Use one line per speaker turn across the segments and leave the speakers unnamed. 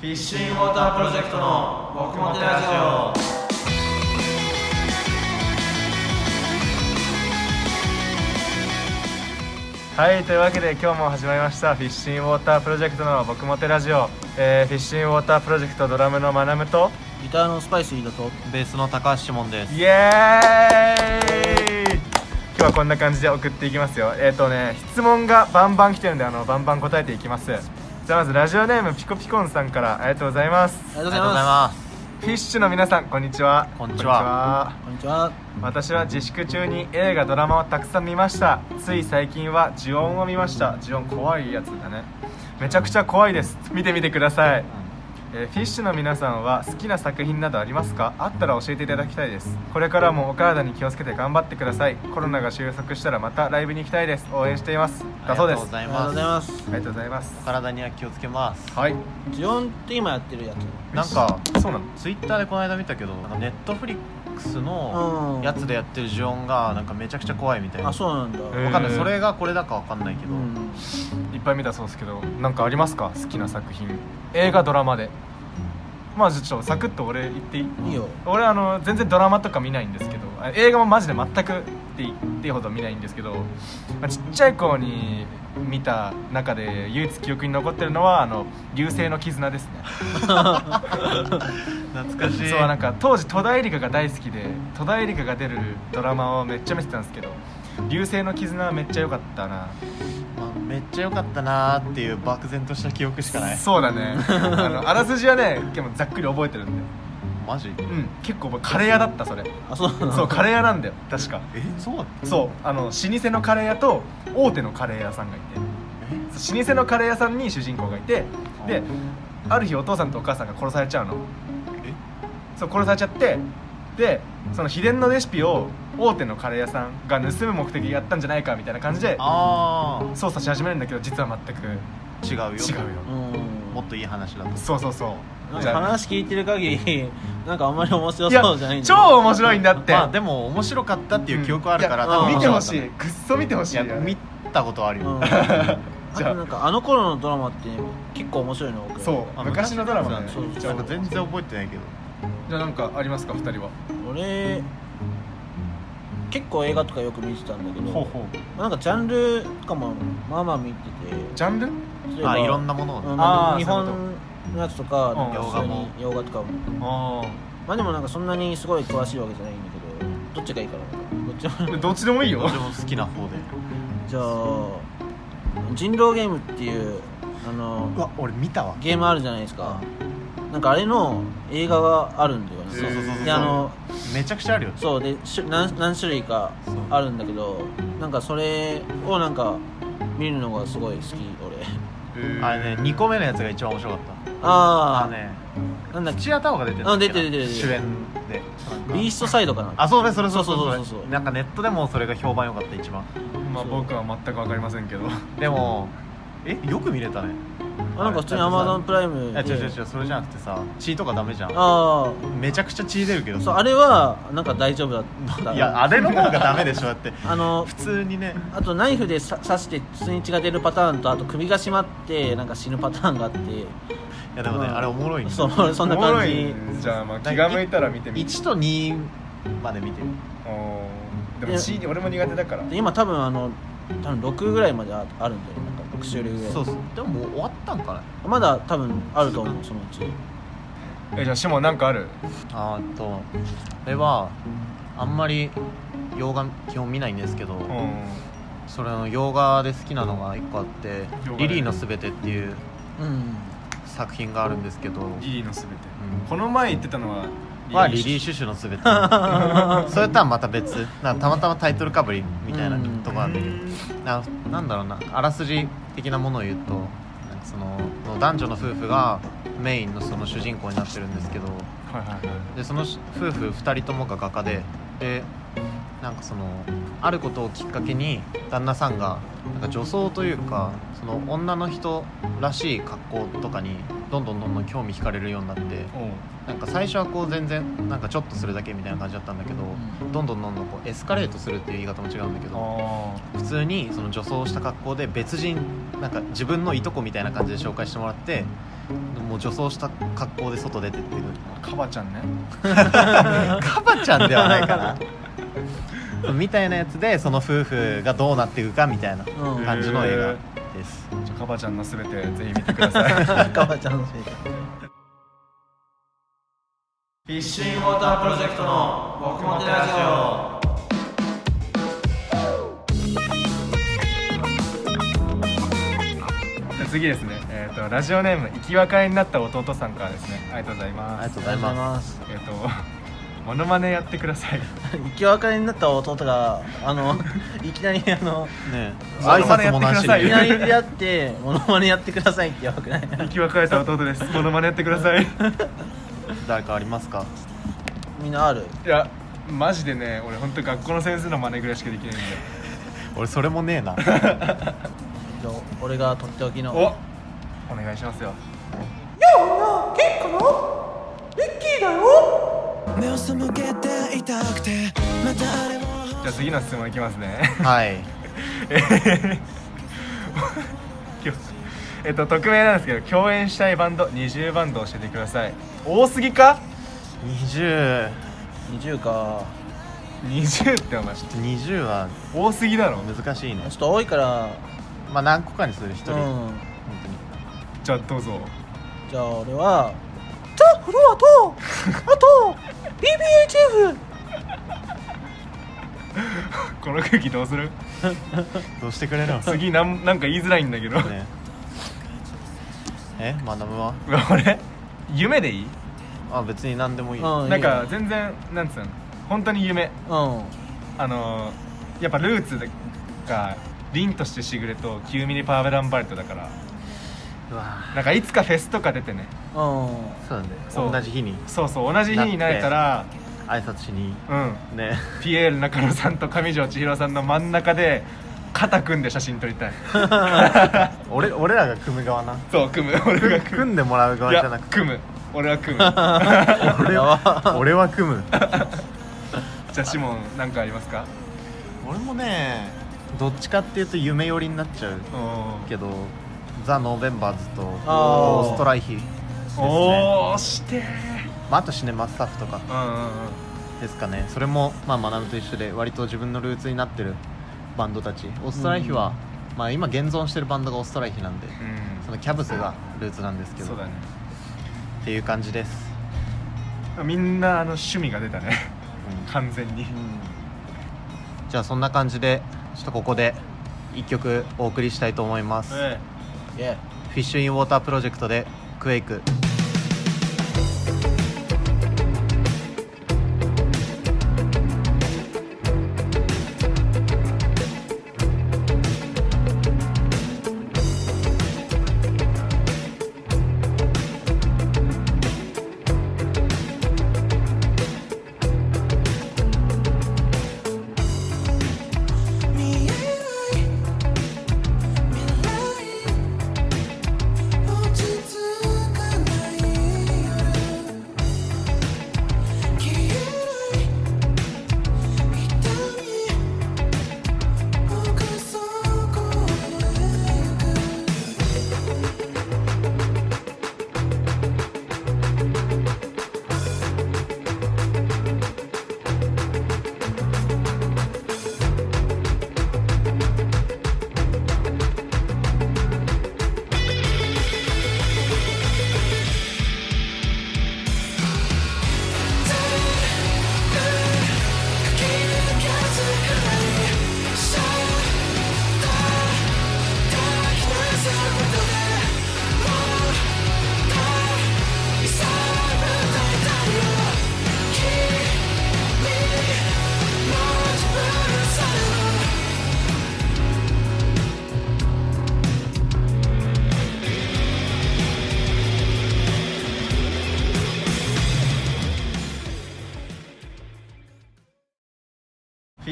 フィッシュインウォータープロジェクトの「僕もてラジオ」
はいというわけで今日も始まりましたフィッシンウォータープロジェクトの僕もてラジオ、えーフィッシンウォータープロジェクトドラムのマナムと
ギターのスパイス飯田と
ベースの高橋もんです。
イエーイ今日はこんな感じで送っていきますよえっ、とね質問がバンバン来てるんであのバンバン答えていきますじゃあまずラジオネームピコピコンさんからありがとうございます
あり
あ
が
り
とう
がとう
ござ
ござ
いま
います。
フィッシュの皆さんこんにちは
こんにちは
こんにち
すこんにちは
私は自粛中に映画ドラマをたくさん見ましたつい最近は「呪音」を見ました呪音怖いやつだねめちゃくちゃ怖いです見てみてください、えーフィッシュの皆さんは好きな作品などありますかあったら教えていただきたいですこれからもお体に気をつけて頑張ってくださいコロナが収束したらまたライブに行きたいです応援していますだそうです
ありがとう
ありがと
ござい
う
ま
ご
す
ざい。ます
ありがとうございます
体には気をつけます。
はい
ジオンって今やってるやつ
なんか
そうなの
ツイッターでこの間見たけど、なんかネットフリックス
う
の
ん
やつでやってるジオンがなんかめちゃくちゃ怖いみたいな。
あ
わ
そうなんだ
え
かんない。それがこれだかわかんないけ
う
ど。
ん
いっぱい見たそうですけどなんかありますか好きな作品映画ドラマでまあちょっとサクッと俺言っていい
いいよ
俺あの全然ドラマとか見ないんですけどあ映画もマジで全くって言っていいほど見ないんですけど、まあ、ちっちゃい頃に見た中で唯一記憶に残ってるのはあの流星の絆ですね
懐かしい。
そうなんか当時戸田恵梨香が大好きで戸田恵梨香が出るドラマをめっちゃ見てたんですけど流星の絆はめっちゃ良かったな
まあめっちゃ良かったなーっていう漠然とした記憶しかない。
そうだ ねあのあらすじはねでもざっくり覚えてるんで
マジ？
うん結構もうカレー屋だったそれ
あそうなんだ
そうカレー屋なんだよ確か
え、そうだっ
そうあの老舗のカレー屋と大手のカレー屋さんがいて老舗のカレー屋さんに主人公がいて
た？
である日お父さんとお母さんが殺されちゃうのそう殺されちゃってでその秘伝のレシピを大手のカレー屋さんが盗む目的やったんじゃないかみたいな感じで
ああ
捜査し始めるんだけど実は全く
違うよ。
違うよ
うん
もっといい話だと。
そうそうそう
なん
じゃ
か
あ
話聞いてる限りなんかあんまり面白
いや
そうじゃないんだ
超面白いんだって、
まあでも面白かったっていう記憶はあるから、
うん
多分
いや
見てほしいくっそ見てほしい
いや
よね
見たことある
う
よ、
ん
あ
あとなんかあの頃のドラマって結構面白いの多く
そう昔
昔
の
の
ド
ド
ラ
ラ
マ
マ
ね
ね
そう
じゃ
なん
あ
か全然覚えてないけど
じゃあなんかありますか二人は
俺結構映画とかよく見てたんだけど
ほうほう
なんかジャンルとかもまあまあ見てて
ジャンル
例えば
あいろんなものをね、
うん
あー
日
そう
本のやつとかなんか
うん
普通に洋画とかも
あ
まあでもなんかそんなにすごい詳しいわけじゃないんだけどどっちがいいかなどっちも
あどっちでもいいよ
どっちも好きな方で
じゃあ人狼ゲームっていうあ
う
の
わ俺見たわ
ゲームあるじゃないですかなんかあれの映画があるんだよね
そうそうそうそう
であの
めちゃくちゃあるよ
そうでしゅ何何種類かあるんだけどなんかそれをなんか見るのがすごい好き俺
あれね2個目のやつが一番面白かった
ああ、
ね
なんだっけ
土屋太鳳が出てる
うん出てる出てる
主演でなんか
ビーストサイドかな
あそうねそれそれ
そうそう
そ
そう
れ
そう
なんかネットでもそれが評判良かった一番
まあ僕は全く分かりませんけど
でもえよく見れたね
あなんか普通にアマゾンプライム
いや違う違う違
う
うそれじゃなくてさ血とかダメじゃん
あ
めちゃくちゃ血出るけど
あ
さ
そうあれはなんか大丈夫だった
いやあれの方がダメでしょだって
あの
普通にね
あとナイフでさ刺して普通に血が出るパターンとあと首が締まってなんか死ぬパターンがあって
いやでもね、
うん
あれおもろいね
そう俺そんな
おも
感
ろい
じ
ね じゃあまあ気が向いたら見てみる
1と2まで見てる
おーでも C 俺も苦手だから
で今多分あの多分6ぐらいまでああるんだよねなんか6種類ぐらい
そうそうでももう終わったんかな
まだ多分あると思うそのうち
えじゃあシモンなんかある
あーっとあれはあんまり洋画基本見ないんですけど、
う
それの洋画で好きなのが1個あって
洋画ね
「リリーのすべて」っていう
うん
作品があるんですけど、うん
リリーのすべて
ん
この前言ってたのは
はリリー
シ
シュシュのすべて それとはまた別なんかたまたまタイトルかぶりみたいなとこなんだけどななんだろうなあらすじ的なものを言うとなんかその男女の夫婦がメインのその主人公になってるんですけど
ュはいはいはい
でそのし夫婦2人ともが画家ででなんかそのあることをきっかけに旦那さんがなんか女装というかその女の人らしい格好とかにどんどんどんどん興味惹かれるようになってなんか最初はこう全然なんかちょっとするだけみたいな感じだったんだけど
う
どんどんどんどんこうエスカレートするっていう言い方も違うんだけど
あ
普通にその女装した格好で別人なんか自分のいとこみたいな感じで紹介してもらってもう女装した格好で外出てってる
あカバちゃんね
カバちゃんではないかなみたいなやつでその夫婦がどうなっていくかみたいな
うん
感じの映画です、
じゃあカバちゃんのすべてぜひ見てください
カバちゃんのせい
フィッシングウォータープロジェクトの僕もてラジオ
次ですね、えー、とラジオネーム生き別れになった弟さんからですねありがとうござい
あ
ま
りが
す
とうございます
す
えっ、と モノマネやってください
生き別れになった弟があ のいきなりあの
ねえ
そう
挨拶もなし
まだやってくださ
いきな
に
り出会ってモノマネやってくださいってやばくない
生き別れた弟ですモノマネやってくださいい
誰かありますか
みんなある
やマジでね俺本当学校の先生の真似ぐらいしかできないんだよ
俺それもねえな
じゃあ俺がとっておきの
おお願いしますよ
目を背けていたくてまたあれも
じゃあ次の質問いきますね
はい
えーえっと匿名なんですけど共演したいバンド20バンド教えてください多すぎか
2020
20か
20ってお前
は
多すぎだろ
難しいね
ちょっと多いから
まあ何個かにする1人、
う
本
ん
当に
じゃあどうぞ
じゃあ俺は
この空気どうする
どうしてくれるの
次なんなんか言いづらいんだけど、
ねえマダムは
うわ俺夢でいい
あ別に何でもいい、
うん
なんか全然なんつうの本当に夢
うん
あのー、やっぱルーツが凛としてしぐれと9ミリパーベランバルトだから
うわ
なんかいつかフェスとか出てね
うん
そうなんだ
そう
よ同じ日に
そうそう同じ日になれたら
挨拶しに
うん
ね
ピエール中野さんと上条千尋さんの真ん中で肩組んで写真撮り たい
俺俺らが組む側な
そう組む俺が組む
組んでもらう側じゃない
や
くて
組む俺は 組むじ
俺は俺は組む
ゃあシモンなんかありますか
俺もねどっちかっていうと夢寄りになっちゃう
お
けどザ・ノーベンバーズと
あー
オーストライヒです
ー
ね
おーしてー
まあ、あとシネマスタッフとか
うんうんうん
ですかねそれもまあ学ぶと一緒で割と自分のルーツになってるバンドたちオストライヒは、まあ、今現存してるバンドがオストライヒなんでそのキャブスがルーツなんです
う
け
ん
ど
そうだね
っていう感じです、
みんなあの趣味が出たね完全に
じゃあそんな感じでちょっとここで1曲お送りしたいと思います、
え
いや
フィッシュインウォータープロジェクトでクエイク
見えない未来落ち着かない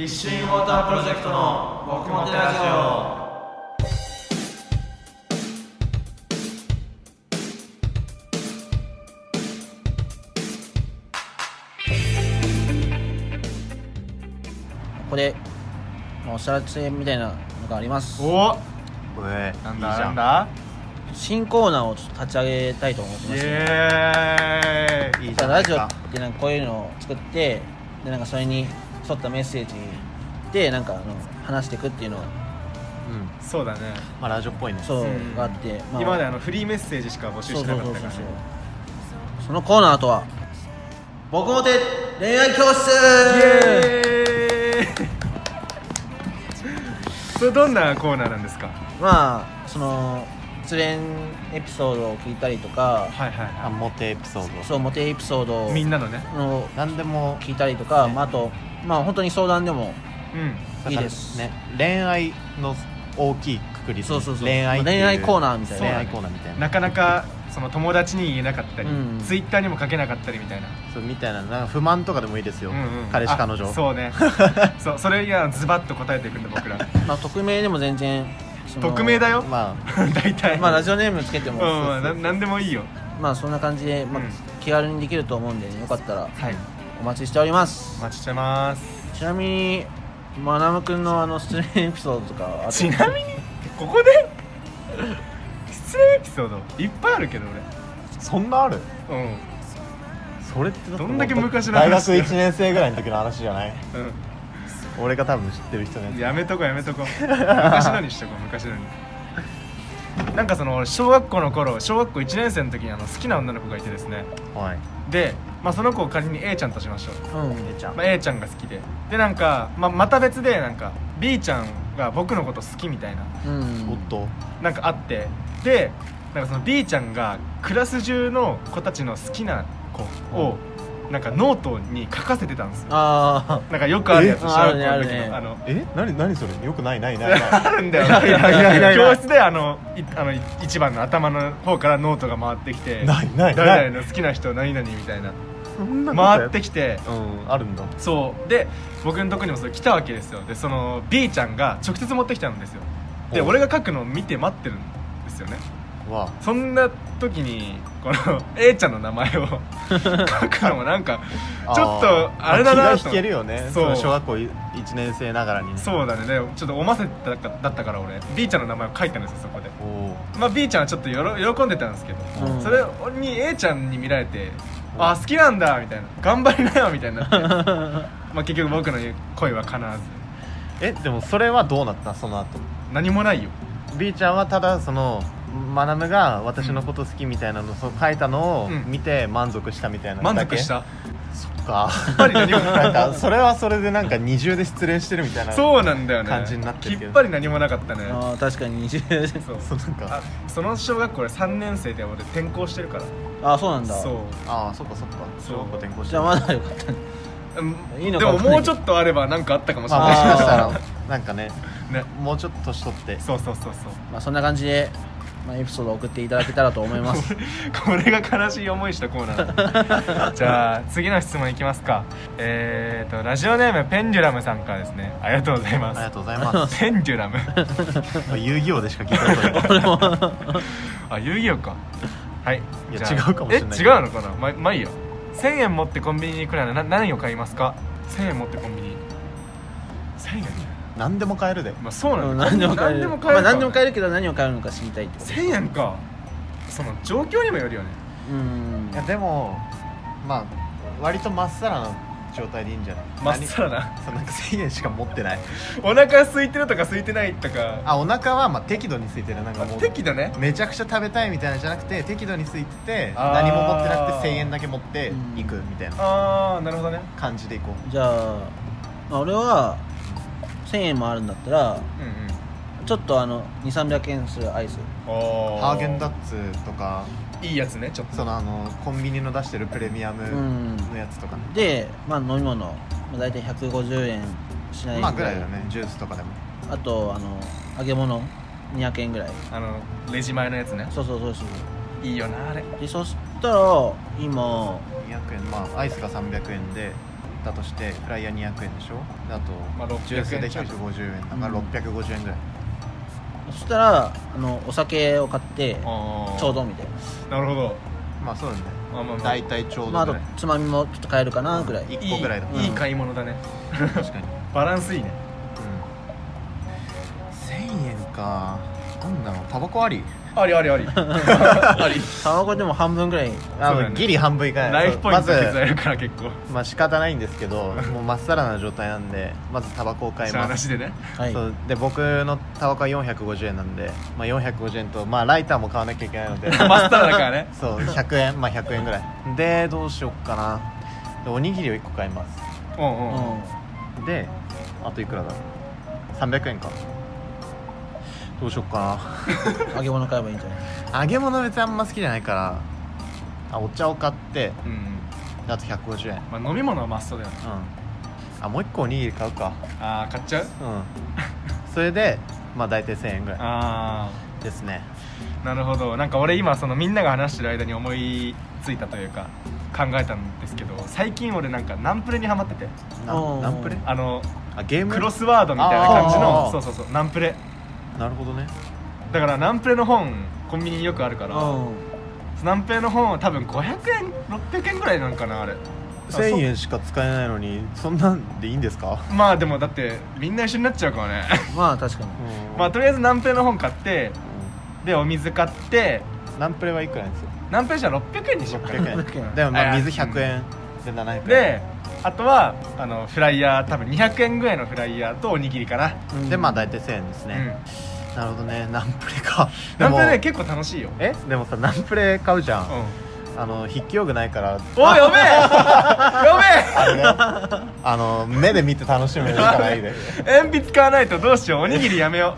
ッシングウォータープロジェクトの僕もてラジオ
これまあお知らせみたいなのがあります
お
うえ
なん
いい
だ
じゃ
なんだ
新コーナーをちょっと立ち上げたいと思って
イ
まして
エーイ
いいじゃな
ラ
い
ジオ
か
ってなんかこういうのを作ってでなんかそれに沿ったメッセージでなんかあの話していくっていうの
うん
そうだね、
まあラジオっぽいね
そう
うん
があって、まあ、
今まであのフリーメッセージしか募集
そう
してな
そう
か
そ
っ
う
た
そ
から
う
ね
そのコーナーとは僕もて恋愛教室
イエーイそれどんなコーナーなんですか
まあその失恋エピソードを聞いたりとか
はいはい
あ
は
モテエピソード
そうモテエピソード
いみんなのね
の
なんでも
聞いたりとか、まあ、あとまあ本当に相談でも
うん
だから
いいです
ね恋愛の大きいくくりで
そうそうそう
恋愛っていう
恋愛コーナーみたいな
恋愛コーナーみたいな
なかなかその友達に言えなかったり、
うん
ツイッターにも書けなかったりみたいな,、
そうみたいななんか不満とかでもいいですよ、
うんうん
彼氏彼
あ
女
そう ねそうそれ以外はズバッと答えていくんで 僕ら
まあ匿名でも全然その
匿名だよ、
まあ
大体
まあラジオネームつけても、
うんうんななんでもいいよ
まあそんな感じで、まあ
うん
気軽にできると思うんで、ね、よかったら
はい
お待ちしております
お待ちしてます
ちなみにまなむくんのあの失恋エピソードとかはあって
ちなみにここで失礼エピソードいっぱいあるけど
そんなある
俺うん
それってだってもう
どんだけ昔の話
大学1年生ぐらいの時の話じゃない
う
俺が多分知ってる人のや
ん、
つ
やめとこうやめとこう昔のにしとこう昔のになんかその小学校の頃小学校1年生の時にあの好きな女の子がいてですね
はい
で、まあ、その子を仮に A ちゃんとしましょう、
うん
えちゃん
まあ、A ちゃんが好きででなんか、まあ、また別でなんか B ちゃんが僕のこと好きみたいな
うん
おっと
なんかあってでなんかその B ちゃんがクラス中の子たちの好きな子をなんかノートに書かせてたんですよ
ああ
なんかよくあるやつ
え
小学校の
ある
時
ねあるね
のあの
え何何それよくないないないない
あるんだよ
いやいやいやい
教
や
室であのいあのい一番の頭の方からノートが回ってきて
ないないない
誰々の好きな人何々みたいな
そんなことや
回ってきて
うんあるんだ
そうで僕のとこにもそれ来たわけですよでその B ちゃんが直接持ってきたんですよで
ほう
俺が書くのを見て待ってるんですよね
わ
そんな時にこの A ちゃんの名前を 書くのもなんか
あ
ちょっとあれだ
ま
なと
あ気が引けるよね
そう
の小学校1年生ながらにね
そうだねでちょっとおませだっただったから俺 B ちゃんの名前を書いたんですよそこで
おお
まあ、B ちゃんはちょっとよろ喜んでたんですけど、
うん
それに A ちゃんに見られて「あ好きなんだ」みたいな「頑張りなよ」みたいになってまあ結局僕の恋は叶わず
えでもそれはどうなったその後
何もないよ
B ちゃんはただそのマナムが私のこと好きみたいなのそう書いたのを
うん
見て満足したみたいな
満
だけ
足した
そっか
ぱり何も
なんか それはそれでなんか二重で失恋してるみたいな
そうなんだよね
感じになってるけ
き
ど
っぱり何もなかったね
あー確かに20
そう
そうなんか
あその小学校で3年生で俺転校してるから
ああそうなんだ
そ
ああそっかそっか
そう
小学校転校して
じゃあまだよかったね
ううん
いいの
で
か
も
わかんない
もうちょっとあれば何かあったかもしれ
まあ
な
も
い
し
し、
かした
あ
らなんかね
ね
もうちょっと年取って
そうそうそうそう
まあそんな感じで、まあ、エピソードを送っていただけたらと思います
これが悲しい思いしたコーナ ーじゃあ次の質問いきますかえー、とラジオネームペンデュラムさんからですねありがとうござい
ありが
ま
とうございま す
すペンデュラム
まあ遊戯王でしか聞いたことない
あ遊戯王かはい
いや
じゃあ
違うかもしれない
え違うのかなままあいいよ1000円持ってコンビニに行くならな何を買いますか1000円持ってコンビニ1000円
何でも買えるで
まあそうな
うんん
だ
何でも買える
何でも
ま
買え
あ、
るか
何でも買えるけど何を買えるのか知りたいってこと
1000円かその状況にもよるよね
うん
いやでもまあ割とまっさらな状態でいいんじゃない
まっさらな
何そうなんか1000円しか持ってない
お腹空いてるとか空いてないとか
あお腹はまあ適度に空いてるなんか
あ
もう
適度ね
めちゃくちゃ食べたいみたいなのじゃなくて適度に空いてて
あー
何も持ってなくて1000円だけ持っていくみたいな
ああなるほどね
感じでいこ
じゃあ、まあ、俺は1000円もあるんだった
う
ら
んうん
ちょっとあの2300円するアイス
う
ハ
ハーゲンダッツとか
いいやつねちょっと
そのあのコンビニの出してるプレミアム
ん
のやつとかね、
で、まあ、飲み物、まあ、大体150円しない
まあぐらいだねジュースとかでも
あとあの揚げ物200円ぐらい
あのレジ前のやつね
そうそうそうそ
いいよなあれ
うでそしたら今
200円まあアイスが300円でだとしてフライヤー200円でしょであと、
まあ600円
ジュースで
ちょいでしょ
150円だから
うん
650円ぐらい、
そしたらあのお酒を買って
あー
ちょうどみたい
なるほど
まあそうだね
まあまあまあ
大体ちょう
な、まあ、
ど
あ
ぐ
と
らい、
つまみもちょっと買えるかなぐらい
1個ぐらいだ、
いいいい買い物だね
確かに、うん、
バランスいいね
1000円かなんだろうタバコあり
ありあり ありあり
タバコでも半分ぐらい
あ
そうだね
ギリ半分以下
ライフポイント
ま
削ら
ず
れるから結構
まあ仕方ないんですけ どもうまっさらな状態なんでまずタバコを買い
しゃあ
ま
な
す
しでね
はい
そうで僕のタバコは450円なんで、まあ、450円と、まあ、ライターも買わなきゃいけないので
マスターだから ね
そう100円まあ100円ぐらいでどうしよっかなでおにぎりを1個買います
うんうんうん
う
であといくらだろう300円かどうしよっか
ん、揚げ物買えばいいんじゃない
な揚げ物別にあんま好きじゃないからあお茶を買って
うん
であと150円うん
まあ飲み物はマストだよね
あもう1個おにぎり買うか
ああ買っちゃう
うんそ れでまあ大体1000円ぐら
あ
いですね
あなるほどなんか俺今そのみんなが話してる間に思いついたというか考えたんですけど最近俺なんかナンプレにハマってて
な
おー
ナンプレ
あの
あゲーム
クロスワードみたいな感じ
あ
の
ー
そうそうそうナンプレ
なるほどね
だからナンプレの本コンビニによくあるから
う
ナンプレの本は多分500円600円ぐらいなんかなあれ
1000円しか使えないのにそんなんでいいんですか、
まあでもだってみんな一緒になっちゃうからね
んまあ確かに
まあとりあえずナンプレの本買ってでお水買って
ナンプレはいくらですよ
ナンプレじゃ600円にしようかな
600
600
円
円
でもまあ
あ
水100円で700円
であとはあのフライヤー多分200円ぐらいのフライヤーとおにぎりかな、
うん
でまあ大体1000円です
うん
ね、なるほどねナンプレ か
ナンプレね
でも
結構楽しいよ、
えでもさナンプレ買うじゃ、
うんん、
あの筆記用具ないから
おい やべえや
あれねあの目で見て楽しむしかない で
べえ鉛筆買わないとどうしようおにぎりやめよ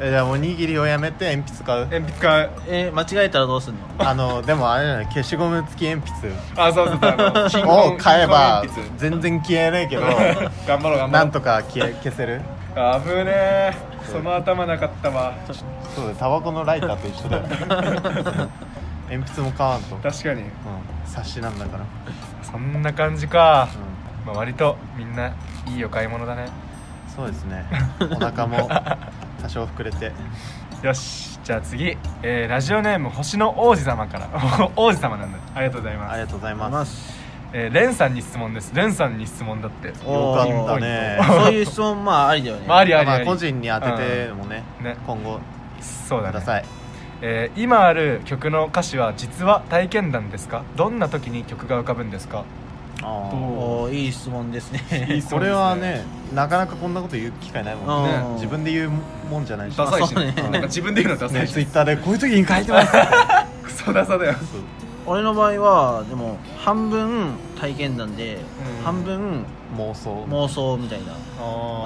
えじゃあおにぎりをやめて鉛筆買う
う鉛筆買う
えー、間違えたらどうすんの
あのでもあれじゃない消しゴム付き 鉛筆
あそうそうそうあの 金
を
婚
買えば
金婚鉛筆
全然消えな いけど
頑張ろう頑張ろう
なんとか消え消せる
あぶねえその頭なかったわ
そうだよタバコのライターと一緒だよ 鉛筆も買わんと、うん、
確かに
冊子なんだから、
そんな感じか、
う
まあ、割とみんないいお買い物だね
ん、そうですねお腹も多少膨れて
よしじゃあ次、えーラジオネーム星の王子様から 王子様なんだありがとうございま
あ
す
りがとうござい
ま
ます
す
えーレンさんに質問ですレンさんに質問だって
よかったね
そういう質問まあありだよね、
まあありあり
ま
あ
あ
り、
個人に当ててもね、
うんね
今後
そうだ
く
ね
ださい、
えー今ある曲の歌詞は実は体験談ですかどんな時に曲が浮かぶんですか
あ
どう
ー
おーいい質問です
いい
ね
質
これはねなかなかこんなこと言う機会ないもんね
ね
自分で言うもんじゃないし
ダサいし、ね
まあそうね
なんか自分で言うのダサ
ね
いし、
ツイッターでこういう時に書いてますって
クソダサだよ
俺の場合はでも半分体験談で、
うん
半分
妄想
妄想みたいな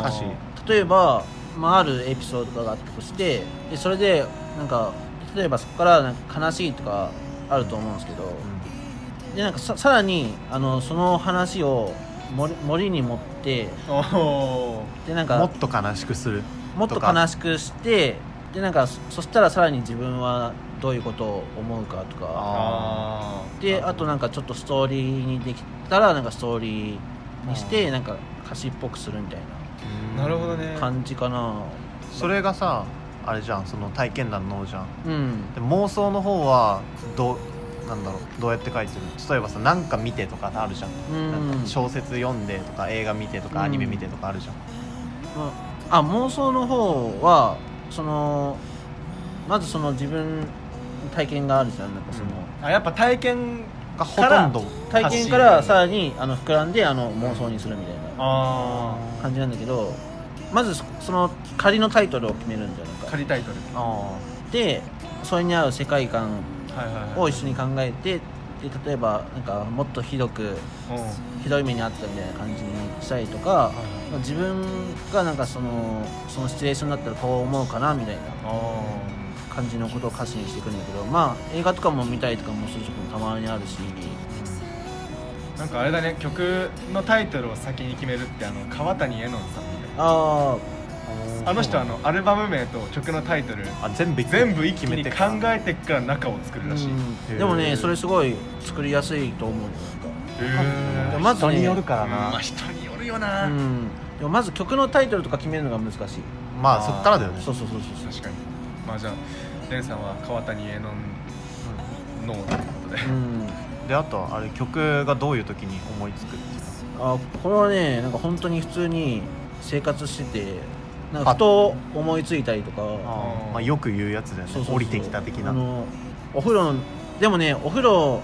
歌詞
例えば、まあ、あるエピソードがあったとしてでそれでなんか例えばそこからなんか悲しいとかあると思うんですけど、でなんかささらにあのその話を森森に持って
おお
でなん
も
か
っと悲しくする
もっと
とか
悲しくしてでなんかそそしたらさらに自分はどういうことを思うかとか
あ
であとなんかちょっとストーリーにできたらなんかストーリーにしてなんか歌詞っぽくするみたい
ーなるほどね
な感じかな
それがさあれじゃんその体験談の方じゃん
うん
で妄想の方はどうなんだろうどうやって書いてる例えばさなんか見てとかあるじゃん,、
うん
なんか小説読んでとか映画見てとか
うん
アニメ見てとかあるじゃん、
まああ妄想の方はそのまずその自分の体験があるじゃんなんかその、
あやっぱ体験
がほとんど
体験からさらにあの膨らんであの妄想にするみたいな
あ
感じなんだけどまずそその仮のタイトルを決めるんじゃない
あ
か
仮タイトル
あ
でそれに合う世界観
はいはい
を一緒に考えてで例えばなんかもっとひどくひどい目にあったみたいな感じにしたりとか自分がなんかそのそのシチュエーションだったらこう思うかなみたいな感じのことを歌詞にしていくんだけどまあ映画とかも見たりとかもする時もたまにあるし
なんかあれだね曲のタイトルを先に決めるってあの川谷絵音さん
あ
あの人はあのアルバム名と曲のタイトル
あ全部一気に
全部一気に考えてから中を作る
あ
らしい、
でもねそれすごい作りやすいと思うよなんか
へー
でもまずね
人によるから
まあ
な
人によるよ
う
な、
んでもまず曲のタイトルとか決めるのが難しい
まあそっからだよね
そうそうそうそう
確かにまあじゃあレンさんは川谷絵音のということで
うん
であとはあれ曲がどういう時に思いつく
あこれはねなんか本当に普通に生活しててなんかふと思いついたりとか
あーまあよく言うやつだよ
そうそう
ね
そう
降りてきた的
あ
な
のお風呂でもねお風呂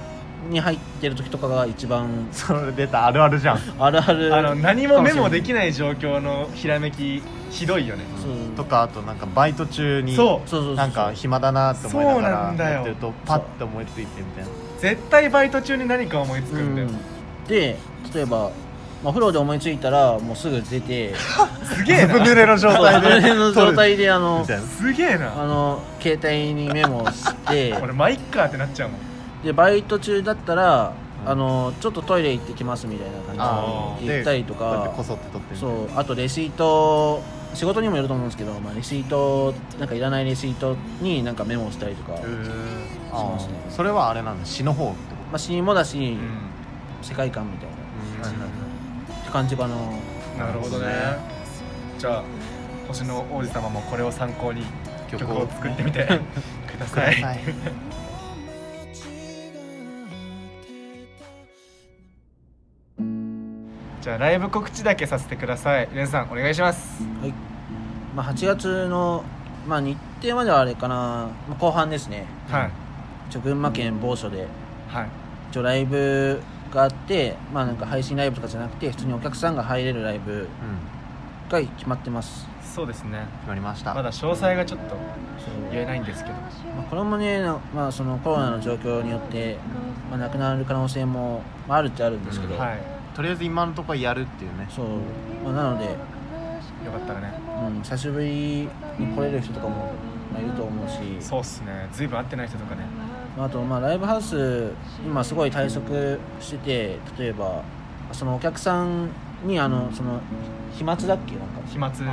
に入ってる時とかが一番
それ出たあるあるじゃん
あるある
あの何もメモで
き
きない状況のひらめきひどいよね
そう
とかあとなんかバイト中に
そう
そうそうそう
なんか暇だなって思いなが
そうなんだ
ら
よ
やってるとパッて思いついてみたいな
絶対バイト中に何か思いつく
うん
だよ、
んで例えば、まあ、お風呂で思いついたらもうすぐ出 て
すげえな
濡れの状態
それ
で
の
撮
状
る
態であの
みたいな
すげえ
あ
な
の携帯にメモをして
俺マイッカーってなっちゃうもん
でバイト中だったら、
うん
あのちょっとトイレ行ってきますみたいな
あ
感
ー
じで言ったりと
こうやっ
か
てこそって撮ってる
そうあとレシート仕事にもよると思うんですけど、まあ、レシートなんかいらないレシートになんかメモしたりとか、ま
あー
しますね
それはあれなんだ詩の方ってこ
あ、詩もだし、
うん
世界観みたいな
と
って感じかな
なるほどねじゃあ星の王子様もこれを参考に曲
曲
を
を
作ってみてくだ
く
さ
だ
い
さい
じゃあライブ告知だけさせてくださいレンさんお願いします
はい、まあ、8月の、まあ、日程まではあれかな、まあ後半ですね
はい
一応群馬県某所で
はい
一応ライブがあって、まあ、なんか配信ライブとかじゃなくて普通にお客さんが入れるライブ
うん
が決まってます
そうですね
決まりました
まだ詳細がちょっと言えないんですけど
まあ、これもね、なまあ、そのコロナの状況によって、まあ、なくなる可能性も、まあ、あるっちゃあるんですけど、
うん
はい
とりあえず今のところやるっていうね
そう、まあ、なので、
よかったらね
うん、久しぶりに来れる人とかもまあいると思うし
そうっすね随分会ってない人とかね
まああと、まあ、ライブハウス今すごい対策してて例えばそのお客さんにあのその飛沫だっけなんか
飛沫
その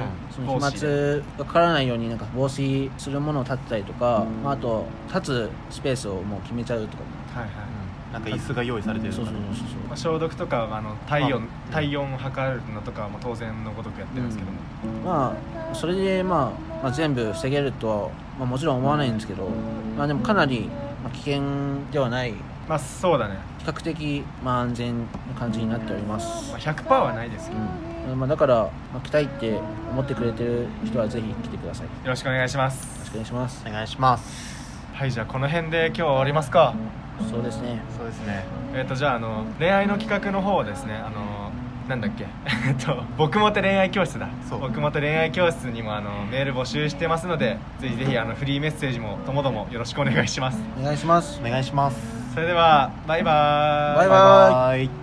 防
飛沫
止
がかからないようになんか防止するものを立てたりとか、まあ、あと立つスペースをもう決めちゃうとか、
はいはい
うんなんか椅子が用意されてる
そ
と
う
か
そうそうそう
まあ、消毒とかあの体温
まあ
体温を測るのとかはもう当然のごとくやってるんですけども、
まあそれで、まあ、まあ全部防げるとは、まあ、もちろん思わないんですけど、まあ、でもかなり、まあ、危険ではない比
まあそうだね、
較的、まあ、安全な感じになっております
まあ、、100%はないですけどよ
うんまあ、だから、まあ、来たいって思ってくれてる人はぜひ来てくださいよ
ろしくお願いします
ろしくお願いします
お願いします
はいじゃあこの辺で今日は終わりますか
そうですね
そうですね
えっ、とじゃああの恋愛の企画の方をですねあのなんだっけえっと僕もて恋愛教室だ
そう
僕もて恋愛教室にもあのメール募集してますのでぜひぜひあのフリーメッセージもともどもよろしくお願いします
お願いします
お願いします
それではバイバーイ
バイバイ
イ